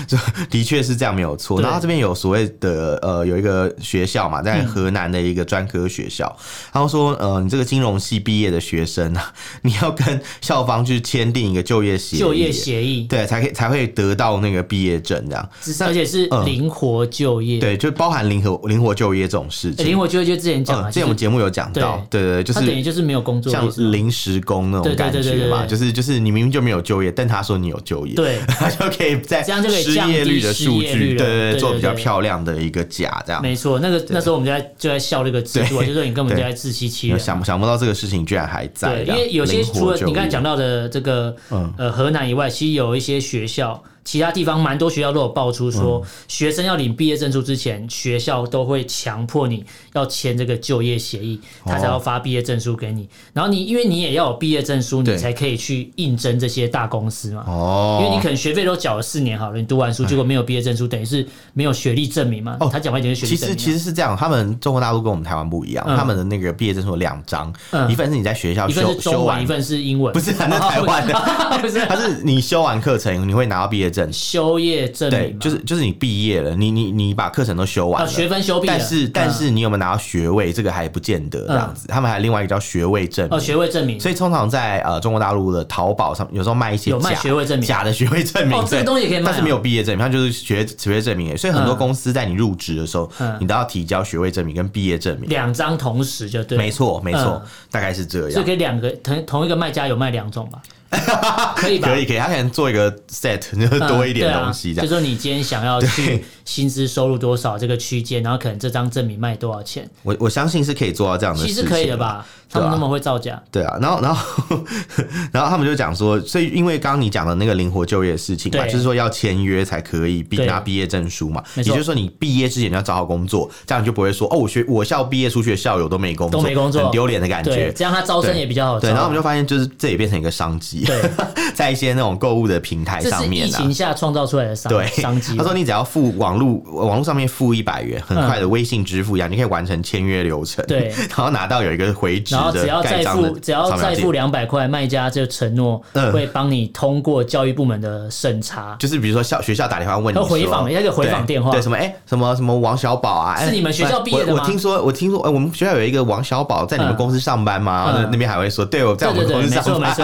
就的确是这样没有错。
对
然后他这边有所谓的呃，有一个学校嘛，
嗯
在河南的一个专科学校，然后说呃，你这个金融系毕业的学生啊，你要跟校方去签订一个就业协议，
就业协议，
对，才可以才会得到那个毕业证这样。
只是而且是就是灵活就业。
嗯对，就包含灵活灵活就业这种事
欸
情。
灵活就业就之前讲
嗯，
嘛，
之前我们节目有讲到，对对对，就
他等于
是
就是没有工作的
像
意思嘛，
临时工那种
对对
感
对对
觉嘛，
对对
就是就是你明明就没有就业，但他说你有就业，
对
他就可以在
这样就可以
失
降低
业率的
失
数
业
据，
率
对
了对
对，
对
做比较
对
漂亮的一个假这样。
没错。那个那时候我们就在就在笑这个制度啊，
对
就说你根本就在自欺欺
有
人。
想想不到这个事情居然还在
对，
这样，
因为有些
灵活
除了
就嗯
你刚才
业
讲到的这个呃河南以外，其实有一些学校，其他地方蛮多学校都有爆出
嗯
说，学生要领毕业证书之前，学校都会强迫你要签这个就业协议，他
哦
才要发毕业证书给你。然后你因为你也要有毕业证书，你
对
才可以去应征这些大公司嘛。
哦，哎
因为你可能学费都缴了四年好了，你读完书结果没有毕业证书，等于是没有学历证明嘛。他讲白一点就
哦其
是学历
实
证明。啊
其
实
实是这样，他们中国大陆跟我们台湾不一样，
嗯
他们的那个毕业证书有两张，
嗯
一份是你在学校
一份是
修修
中文，
完
一，份是英文，
不是啊那台湾的，
不是
它是你修完课程你会拿到毕业证，
修业证
对
明，嘛，
就是就是你毕业了，你你你把课程都修完
啊
了。
学分修毕了，
呃但是但
嗯
是你有没有拿到学位？这个还不见得这样子，他们还有另外一个叫学位证
哦
明。
学位证明，
所以通常在呃中国大陆的淘宝上，有时候卖一些
有卖
假
学位证明
假的学位证明，
哦这个
对
东西也可以卖啊
但是没有毕业证明，它就是学学位证明而已。所以很多
嗯
公司在你入职的时候，
嗯
你都要提交学位证明跟毕业证明。
两张同时就对，
没啊
错，
错，没错
嗯，
大概是这
所
样
以。可以两个同同一个卖家有卖两种 吧，可以吧？
可以，可以，他可能做一个 set，就是
嗯
多一点
对啊
东西这
就
样。
说你今天想要去薪资收入多少这个区间，然后可能这张证明卖多少钱，
我我相信是可以做到这样的事
其
情，
实可以的？吧？他
对
们
啊
那么会造假，
对啊，然后然后然后他们就讲说，所以因为刚刚你讲的那个灵活就业的事情嘛，
对
就是说要签约才可以毕
对
拿毕业证书嘛，
没
也
错
就是说你毕业之前你要找好工作，这样你就不会说哦，我学我校毕业出去的校友都没工作，
都没工作
很丢脸的感
对，
觉。
这样他招生
对啊
也比较好招。
对，然后我们就发现就是这也变成一个商机，
对，
在一些那种购物的平台
这
上
是疫
面啊
情。下创造出来的商
对，
商机
他
嘛。
说你只要付网络网络上面付一百元，很快的微信支付一样，你可以完成签约流程。
对
然后拿到有一个回执
然后只要
的盖
再
章的
付只要
扫描
再
件
付两百块，卖家就承诺
嗯
会帮你通过教育部门的审查。
就是比如说校学校打电话问你
要回访
说
要有回访
对
电话
对什么哎、什么什么王小宝啊，哎
是你们学校毕业的
我
吗
我听说我听说哎、我们学校有一个王小宝在你们
嗯
公司上班吗？
嗯
那那边还会说对我在
对
我
对
们
对，
公司
没
上
错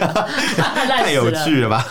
班，
错， 烂
太
死
有
了。
趣了吧？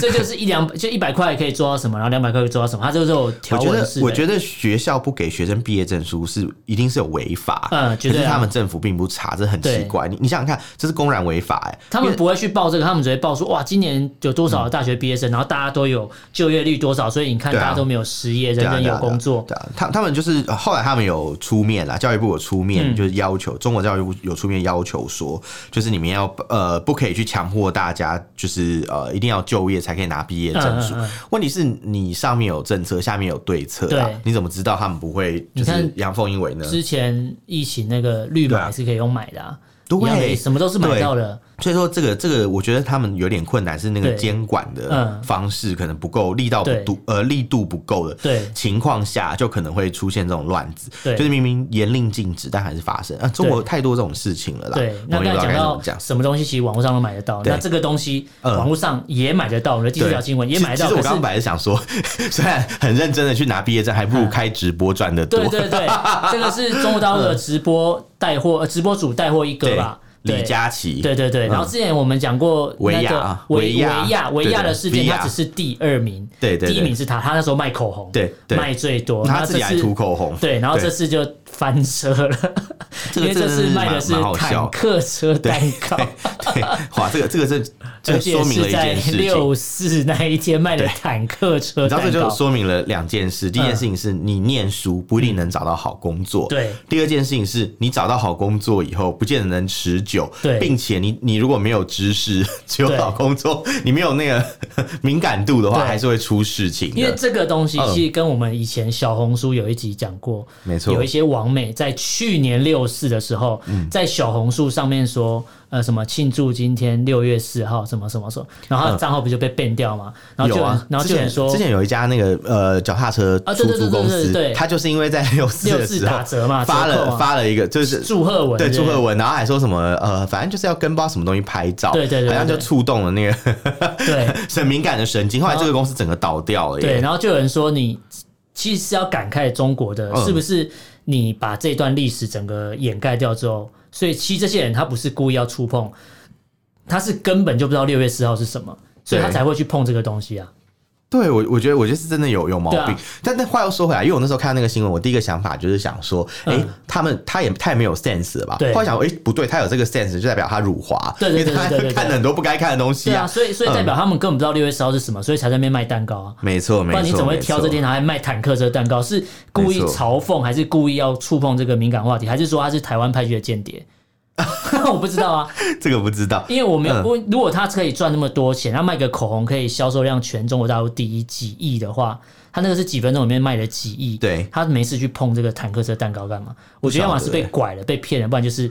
这就是一两就一百块可以做到什么，然后两百块可以做到什么，它就是有
我
条
觉
文
得
式的。
我觉得学校不给学生毕业证书是一定是有违法，
嗯绝对啊
可是他们政府并不查，这很奇怪。你你想想看，这是公然违法哎、
他们不会去报这个，他们只会报说哇，今年有多少的大学毕业生，然后大家都有就业率多少，所以你看
嗯对
大
啊
家都没有失业，
对
人
啊
人
对啊
有工作。
对啊，他他们就是呃后来他们有出面啦，教育部有出面，
嗯
就是要求中国教育部有出面要求说，就是你们要呃不可以去强迫大家，就是呃一定要就业才可以拿毕业证书。
嗯嗯嗯
问题是你上面有政策，下面有对策啊
对，
你怎么知道他们不会就
你
是
看
阳奉阴违呢？
之前疫情那个绿
啊对
码
啊
是可以用买的啊，
对
一样的意思什么都是买
对
到的。
所以说这个这个，我觉得他们有点困难，是那个
对
监管的
嗯
方式可能不够，力道不
对
度呃力度不够的
对
情况下，就可能会出现这种乱子，
对
就是明明严令禁止，但还是发生啊！中国
对
太多这种事情了啦，
对，那
我们也
刚
不知道
才
该怎么
讲到
讲。
什么东西，其实网络上都买得到。
对
那这个东西，
嗯
网络上也买得到，我们的第四条新闻也买得
其
到。
实我
可
刚刚
是，
本来是想说， 虽然很认真的去拿毕业证，还不如开直播赚的多。
对对 对，这个是中国大陆的直播带货，呃直播主带货一哥
对
吧？对
李佳琦，
对对对，然后之前我们讲过那
维
个
亚啊
维
维亚
维亚维亚
对
的
对
事件，
维
他
亚
只是第二名，
对对对
第一名是他，他那时候卖口红，
对对
卖最多，
他
那
自己
这
还
次
涂口红，
对，然后
对
这次就翻车了，
这
因
个真
为这
的
次
是
卖的
蛮
是
蛮好
坦
笑
克车蛋糕，
对，哇，这个这个这
而
这
且
说明了
是
一
在
件事情。
六四那一天卖的坦克车
你知道这
蛋糕
就，说明了两件事：
嗯
第一件事情是你念书不一定能找到好工作，
对
第二件事情是你找到好工作以后，不见得能持久，
对
并且你你如果没有知识， 只有
对
找工作，你没有那个 敏感度的话，
对
还是会出事情
因为
的。
这个东西
嗯
其实跟我们以前小红书有一集讲过，
没错嗯
有一些网美在去年六四的时候，在小红书上面说，呃，什么庆祝今天六月四号，什么什么什么，然后他的账号不就被 ban 掉吗？然
嗯
后就
有
有人
啊，
然后
之
就有
前
人说
之前有一家那个呃脚踏车
啊对
出
对
租
对对
公
对对
司
对，
他就是因为在 六四
六
的
四
时候
打折嘛，
发
折扣
了
嘛
发了一个就是
祝贺文，
对，祝贺
文，
文，然后还说什么呃，反正就是要跟不知道什么东西拍照，
对对对对
好像就
对
触动了那个
对
很敏感的神经。后来
然后
这个公司整个倒掉了耶，
嗯对，然后就有人说你其实是要感慨中国的，
嗯
是不是？你把这段历史整个掩盖掉之后，所以其实这些人他不是故意要触碰，他是根本就不知道六月四号是什么，所以他
对
才会去碰这个东西啊。
对我，我觉得我觉得是真的有有毛
对
病
啊。
但但话又说回来，因为我那时候看到那个新闻，我第一个想法就是想说，
嗯
哎，他们他也太没有 sense 了吧？
对
后来想，哎，不对，他有这个 sense 就代表他辱华，
对
因为
对对
他
对对对
看了很多不该看的东西
对啊，
啊。
所以所以代表他们根本不知道六月十号是什么，所以才在那边卖蛋糕啊。
没错，没
不
错，
然你怎么会
没
挑
错
这天拿来卖坦克车蛋糕？是故意
没错
嘲讽，还是故意要触碰这个敏感话题，还是说他是台湾派去的间谍？ 我不知道啊，
这个不知道？
因为我没有
嗯
我、如果他可以赚那么多钱，他卖个口红可以销售量全中国大陆第一几亿的话，他那个是几分钟里面卖了几亿，
对
他没事去碰这个坦克车蛋糕干嘛？我觉得要么是
欸
被拐了、被骗了，不然就是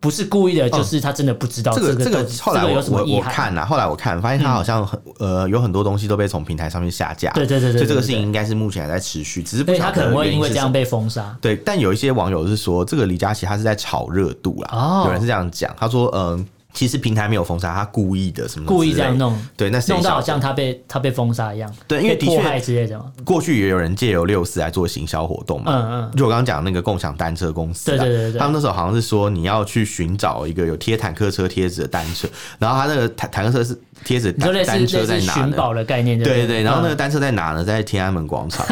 不是故意的，就是他真的不知道
哦这个
个
这
这
个后来
这个有
我
什么
我
遗
我
憾。嗯
看啊了，后来我看发现他好像很呃有很多东西都被从平台上面下架，
对对对对
所以这个
对对
事情应该是目前还在持续，只是不
所以
晓
他可
得
能会
原
因为
是
这
什
样
么
被封杀，
对，但有一些网友是说，这个李佳琦他是在炒热度啦。
哦
有人是这样讲，他说，嗯，其实平台没有封杀，他故意的什么什么
故意
之
这
类
样
的。
弄，
对，那谁
弄到
晓
好
得
像他被他被封杀一样，
对因为
被
的
迫
确
害之类的嘛。
过去也有人借由六四来做行销活动嘛。
嗯嗯，
就我刚刚讲那个共享单车公司、啊，
对对对对
他们那时候好像是说你要去寻找一个有贴坦克车贴纸的单车，然后他那个坦坦克车是贴纸
你说类
单单
似类
车在
似
哪
寻
呢？
宝的嗯概念，
对
对
对对，然后那
呢？
个单车在哪呢？在天安门广 场。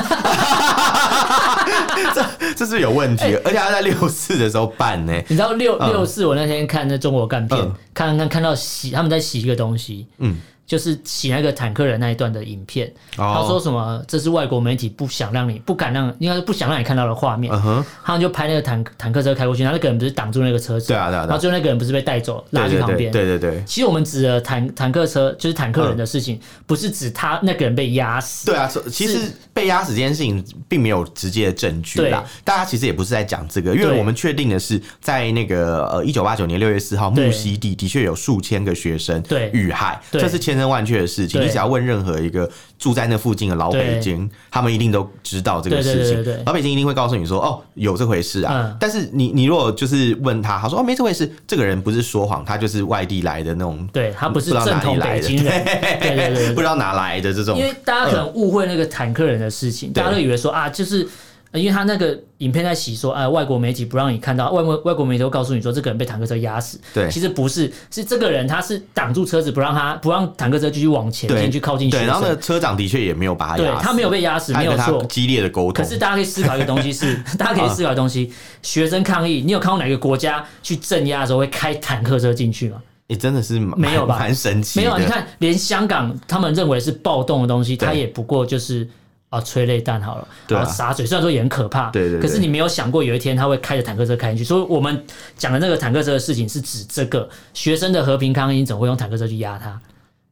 这这是有问
哎
题的，而且他在六四的时候办呢、
你知道六
嗯
六四，我那天看那中国干片
嗯，
看看看到洗他们在洗一个东西，
嗯，
就是洗那个坦克人那一段的影片。
哦
他说什么？这是外国媒体不想让你不敢让，应该是不想让你看到的画面
嗯。哼，
他们就拍那个坦坦克车开过去，然后那个人不是挡住那个车子，
对啊对啊对啊
然后最后那个人不是被带走，拉
对
去
对
旁
对
边，
对对对，
其实我们指的坦坦克车就是坦克人的事情，不是指他那个人被压死。
嗯对啊，所其实被压死这件事情并没有直接的证据啦
对。
大家其实也不是在讲这个，因
对
为我们确定的是，在那个呃一九八九年六月四号
对
木樨地的确有数千个学生
对
遇害，
对
这是千真万确的事情。
对
你只要问任何一个住在那附近的老北京，他们一定都知道这个
对对
事
对
情。
对对
老北京一定会告诉你说：“哦，有这回事啊。
嗯
但是你你如果就是问他，他说：“哦，没这回事。”这个人不是说谎，他就是外地来的那种，
对他不是
不知道
正
哪里
统
来
北
的，
京人，对对对对
不知道哪来的这种
因。为大家可能误会那个坦克人的事情，
对
大家都以为说啊，就是呃因为他那个影片在洗说，哎、外国媒体不让你看到，外国外国媒体都告诉你说这个人被坦克车压死，
对
其实不是，是这个人他是挡住车子不让他不让坦克车继续往前
对
进去靠近学
对，
生，
然后那个车长的确也没有把他
对
压死，
他没有被压死，
他
没
也
有
跟他
错，
激烈的沟
可
通。
是大家可以思考一个东西是， 大家可以思考一个东西，学生抗议，你有看过哪个国家去镇压的时候会开坦克车进去吗？
你真的是蛮
没有吧
蛮神奇
没
的。
有啊，你看，连香港他们认为是暴动的东西，
对
它也不过就是。啊，催泪弹好了，
对啊
然后洒水，虽然说也很可怕，
对对对
可是你没有想过有一天他会开着坦克车开进去，所以我们讲的那个坦克车的事情是指这个学生的和平抗议，你怎么会用坦克车去压他？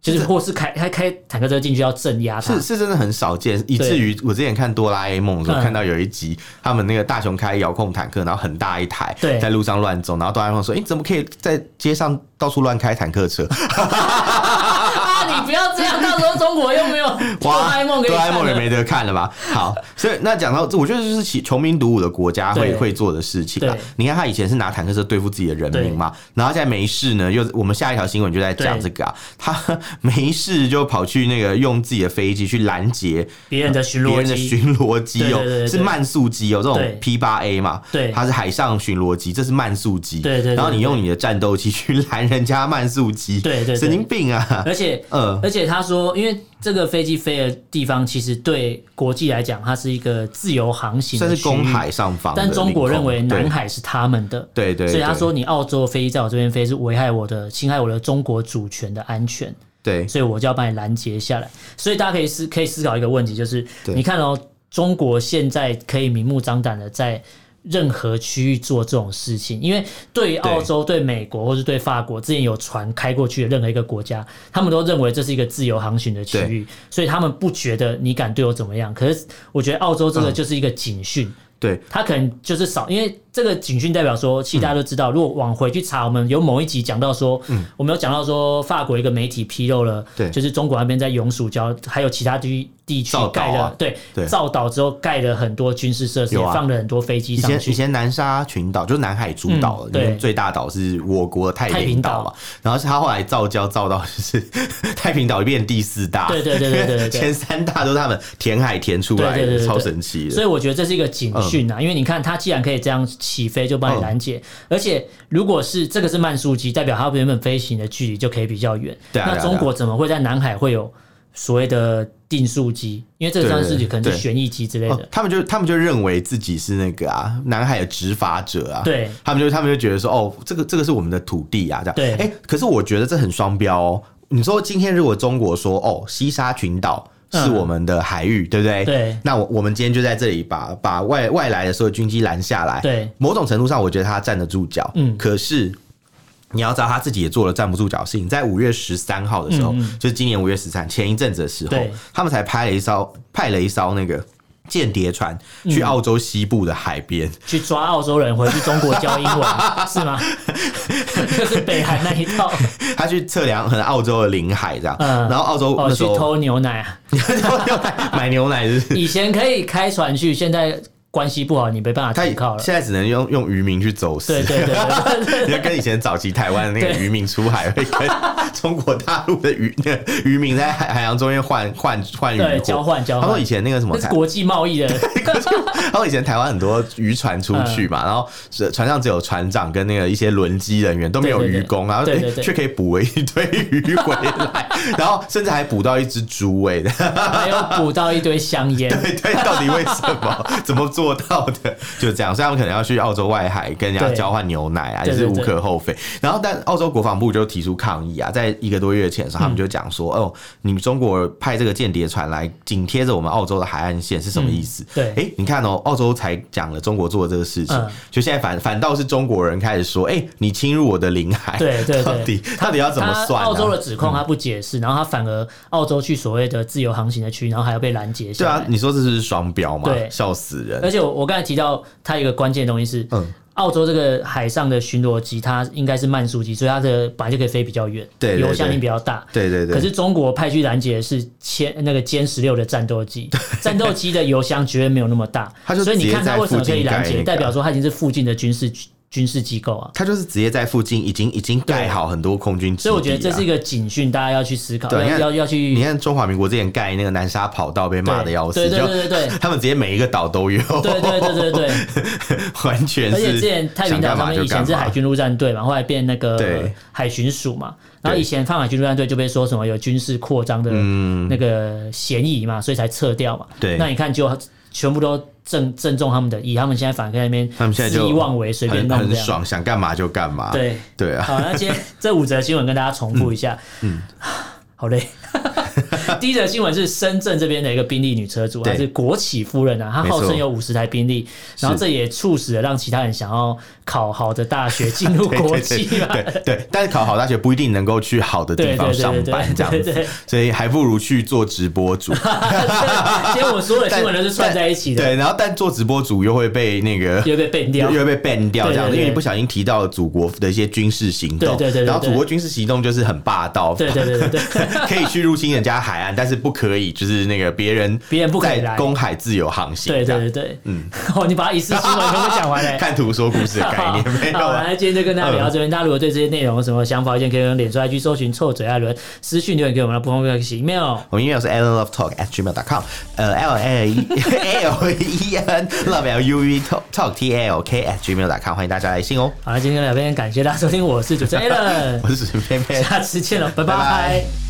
就是或是开开开坦克车进去要镇压他
是，是真的很少见，以
啊对
至于我之前看哆啦 A 梦的时候，
嗯
看到有一集他们那个大雄开遥控坦克，然后很大一台
对，
在路上乱走，然后哆啦 A 梦说：“哎，你怎么可以在街上到处乱开坦克车
啊，你不要这样，到时候中国又 没有哆啦 A 梦给你
哆啦 A
看
梦也
了
没得看了 吧？好，所以那讲到这，我觉得就是其穷兵黩武的国家会
对
会做的事情啊
对。
你看他以前是拿坦克车对付自己的人民嘛，然后现在没事呢，又我们下一条新闻就在讲这个啊，他没事就跑去那个用自己的飞机去拦截
别人的巡
别
逻
人的
机，
巡逻机
对对对对
哦，是慢速机哦，这
对
种 P 八 A 嘛，
对
它是海上巡逻机，这是慢速机，
对对对对
然后你用你的战斗机去拦人家慢速机，
对对对
神经病啊，
而且
嗯，
而且他说，因为这个飞机飞的地方其实对国际来讲，它是一个自由航行的
算是
区域
公，海上方的领
但
空，
中国认为
对
南海是他们的。
对对，
所以他
对
说，你澳洲飞机在我这边飞是危害我的、侵害我的中国主权的安全，
对
所以我就要把你拦截下来。所以大家可以思可以思考一个问题，就是
对
你看哦，中国现在可以明目张胆的在任何区域做这种事情，因为对于澳洲、对美国或是对法国，之前有船开过去的任何一个国家，他们都认为这是一个自由航行的区域，所以他们不觉得你敢对我怎么样。可是我觉得澳洲这
嗯
个就是一个警讯。
对
他可能就是少，因为这个警讯代表说，其实大家都知道，如果往回去查，我们有某一集讲到说，我们有讲到说，法国一个媒体披露了，
嗯对
就是中国那边在永暑礁还有其他地地区
造岛
盖了
啊，
对，
对
造岛之后盖了很多军事设施，也
有啊
放了很多飞机
以
上
前以
去，
前南沙群岛就是南海诸岛
嗯，
里
对
面最大岛是我国太
太平
平岛嘛，然后是他后来造礁造到就是 太平岛变第四大，
对对对对对对对
因为 前三大都是他们填海填出来
对对对
的，
对
超神奇
所
的。嗯
以我觉得这是一个警讯啊，因为你看它既然可以这样起飞，就帮你拦截，而且如果是这个是慢速机，代表它原本飞行的距离就可以比较远。
对啊
那
对啊
中国怎么会在南海会有所谓的订书机，因为这个算是
对对
可能是
对
旋翼机之类
哦
的。
他们就他们就认为自己是那个啊，南海的执法者啊，
对
他们就他们就觉得说，哦，这个这个是我们的土地啊，这样，
对
哎、可是我觉得这很双标哦。你说今天如果中国说，哦，西沙群岛是
嗯
我们的海域，对不对？
对
那我我们今天就在这里把把外外来的所有军机拦下来，
对，
某种程度上我觉得他站得住脚，
嗯
可是。你要知道，他自己也做了站不住脚的事情。在五月十三号的时候，
嗯
就是今年五月十三前一阵子的时候
对，
他们才拍了一艘派了一艘那个间谍船去澳洲西部的海边，
去抓澳洲人回去中国教英文是吗？就是北韩那一套，
他去测量可能澳洲的领海这样。
嗯
然后澳洲
哦，
那
去
时候、
偷牛奶啊！
买牛奶是不 是。
以前可以开船去，现在关系不好，你没办法
他
停靠了。
现在只能用用渔民去走私，
对对对对对
你要跟以前早期台湾的那个
对
渔民出海，会跟中国大陆的渔那个渔民在海海洋中间换换换渔获
对，交。换交
他说
换
以，前那个什么
这是
台，
国际 贸易的，
他说以前台湾很多渔船出去
嗯
嘛，然后只船上只有船长跟那个一些轮机人员都没有
对对对
渔工，然后
对
诶
对对
却可以捕了一堆鱼回 来，然后甚至还捕到一只猪哎、欸
还有捕到一堆香烟。
对 对，到底为什 么？怎么做到的？就这样，所以他们可能要去澳洲外海跟人家
对
交换牛奶啊，也
对
是
对
无
对
可厚非。然后，但澳洲国防部就提出抗议啊，在一个多月前的时候，
嗯
他们就讲说：“哦，你中国派这个间谍船来紧贴着我们澳洲的海岸线是什么意思？”
嗯对
哎，你看哦，澳洲才讲了中国做的这个事情
嗯，
就现在反反倒是中国人开始说：“哎，你侵入我的领海，
对对对
到底到底要怎么
他
算啊？”
澳洲的指控他不解释，然后他反而澳洲去所谓的自由航行的区，然后还要被拦截
对
下
啊
来，。
你说这是双标嘛
对？
笑死人！
而且我我刚才提到，它有一个关键的东西是，
嗯
澳洲这个海上的巡逻机，它应该是慢速机，所以它的本来就可以飞比较远，
对对对
油箱力比较大。
对对对，
可是中国派去拦截的是歼那个歼十六的战斗 机，战斗机的油箱绝对没有那么大
它，就
所以你
直接
看它
在
为什么
附
可以
近
拦
盖那
截，
个
代表说它已经是附近的军事军事机构啊。
他就是直接在附近已经已经盖好很多空军基地、
所
啊，
以我觉得这是一个警讯，大家要去思考，
对你
要
看
要要去
你看中华民国之前盖那个南沙跑道被骂的要死，
对对对对对
就他们直接每一个岛都有，
对对对对对，
完全是
而且之前太
想
平岛
干
他
嘛
们
就
以前是
干嘛
海军陆战队嘛，后来变那个
对
海巡署嘛，然后
对
以前放海军陆战队就被说什么有军事扩张的那个嫌疑嘛，所以才撤掉嘛。
嗯对
那你看就全部都正正中他们的意，他们现在反而在那边
他们现在就
肆意妄为，随便
很
弄
很
这样。
爽，想干嘛就干嘛，
对，
对啊，
好，那今天这五则新闻跟大家重复一下。嗯， 好累。 第一则新闻是深圳这边的一个宾利女车主，
对
她是国企夫人啊，她
没错
号称有五十台宾利，然后这也促使了让其他人想要考好的大学，进入
对
国
对
企
对
嘛。
对对，但是考好大学不一定能够去好的地
对对
方
对
上
对
班
对
这样
对对
子，所以还不如去做直播主。
今天我所有 的新闻都是串在一起的，
对，然后但做直播主又会被那个
又被变掉
又。又会被 ban 掉这样
对对
子，
对
因为你不小心提到了祖国的一些军事行动，
对对对对
然后
对
祖国军事行动就是很霸道，
对对对对对，
可以去入侵人家海岸，但是不可以就是那个别人
别人不可以来
在公海自由航行，
对
这
对
样
对对，嗯， 哦，你把它一次新闻全部讲完嘞。
看图说故事的概
好，
念没有
好，
啊。
那今天就跟大家聊到这边。大家如果对这些内容有什么想法、意见，可以用脸书 IG 搜寻“臭嘴艾伦”，私讯留言给我们，不方便可以写 email。
我们 email 是 allenlovetalk at gmail.com，呃，l l e l e n love l u v talk talk t a l k at gmail.com，欢迎大家来信哦。
好了，今天聊到这边，感谢大家收听，我是主持人 a l a n
我是主持人偏偏，
下次见了，拜
拜
拜
拜。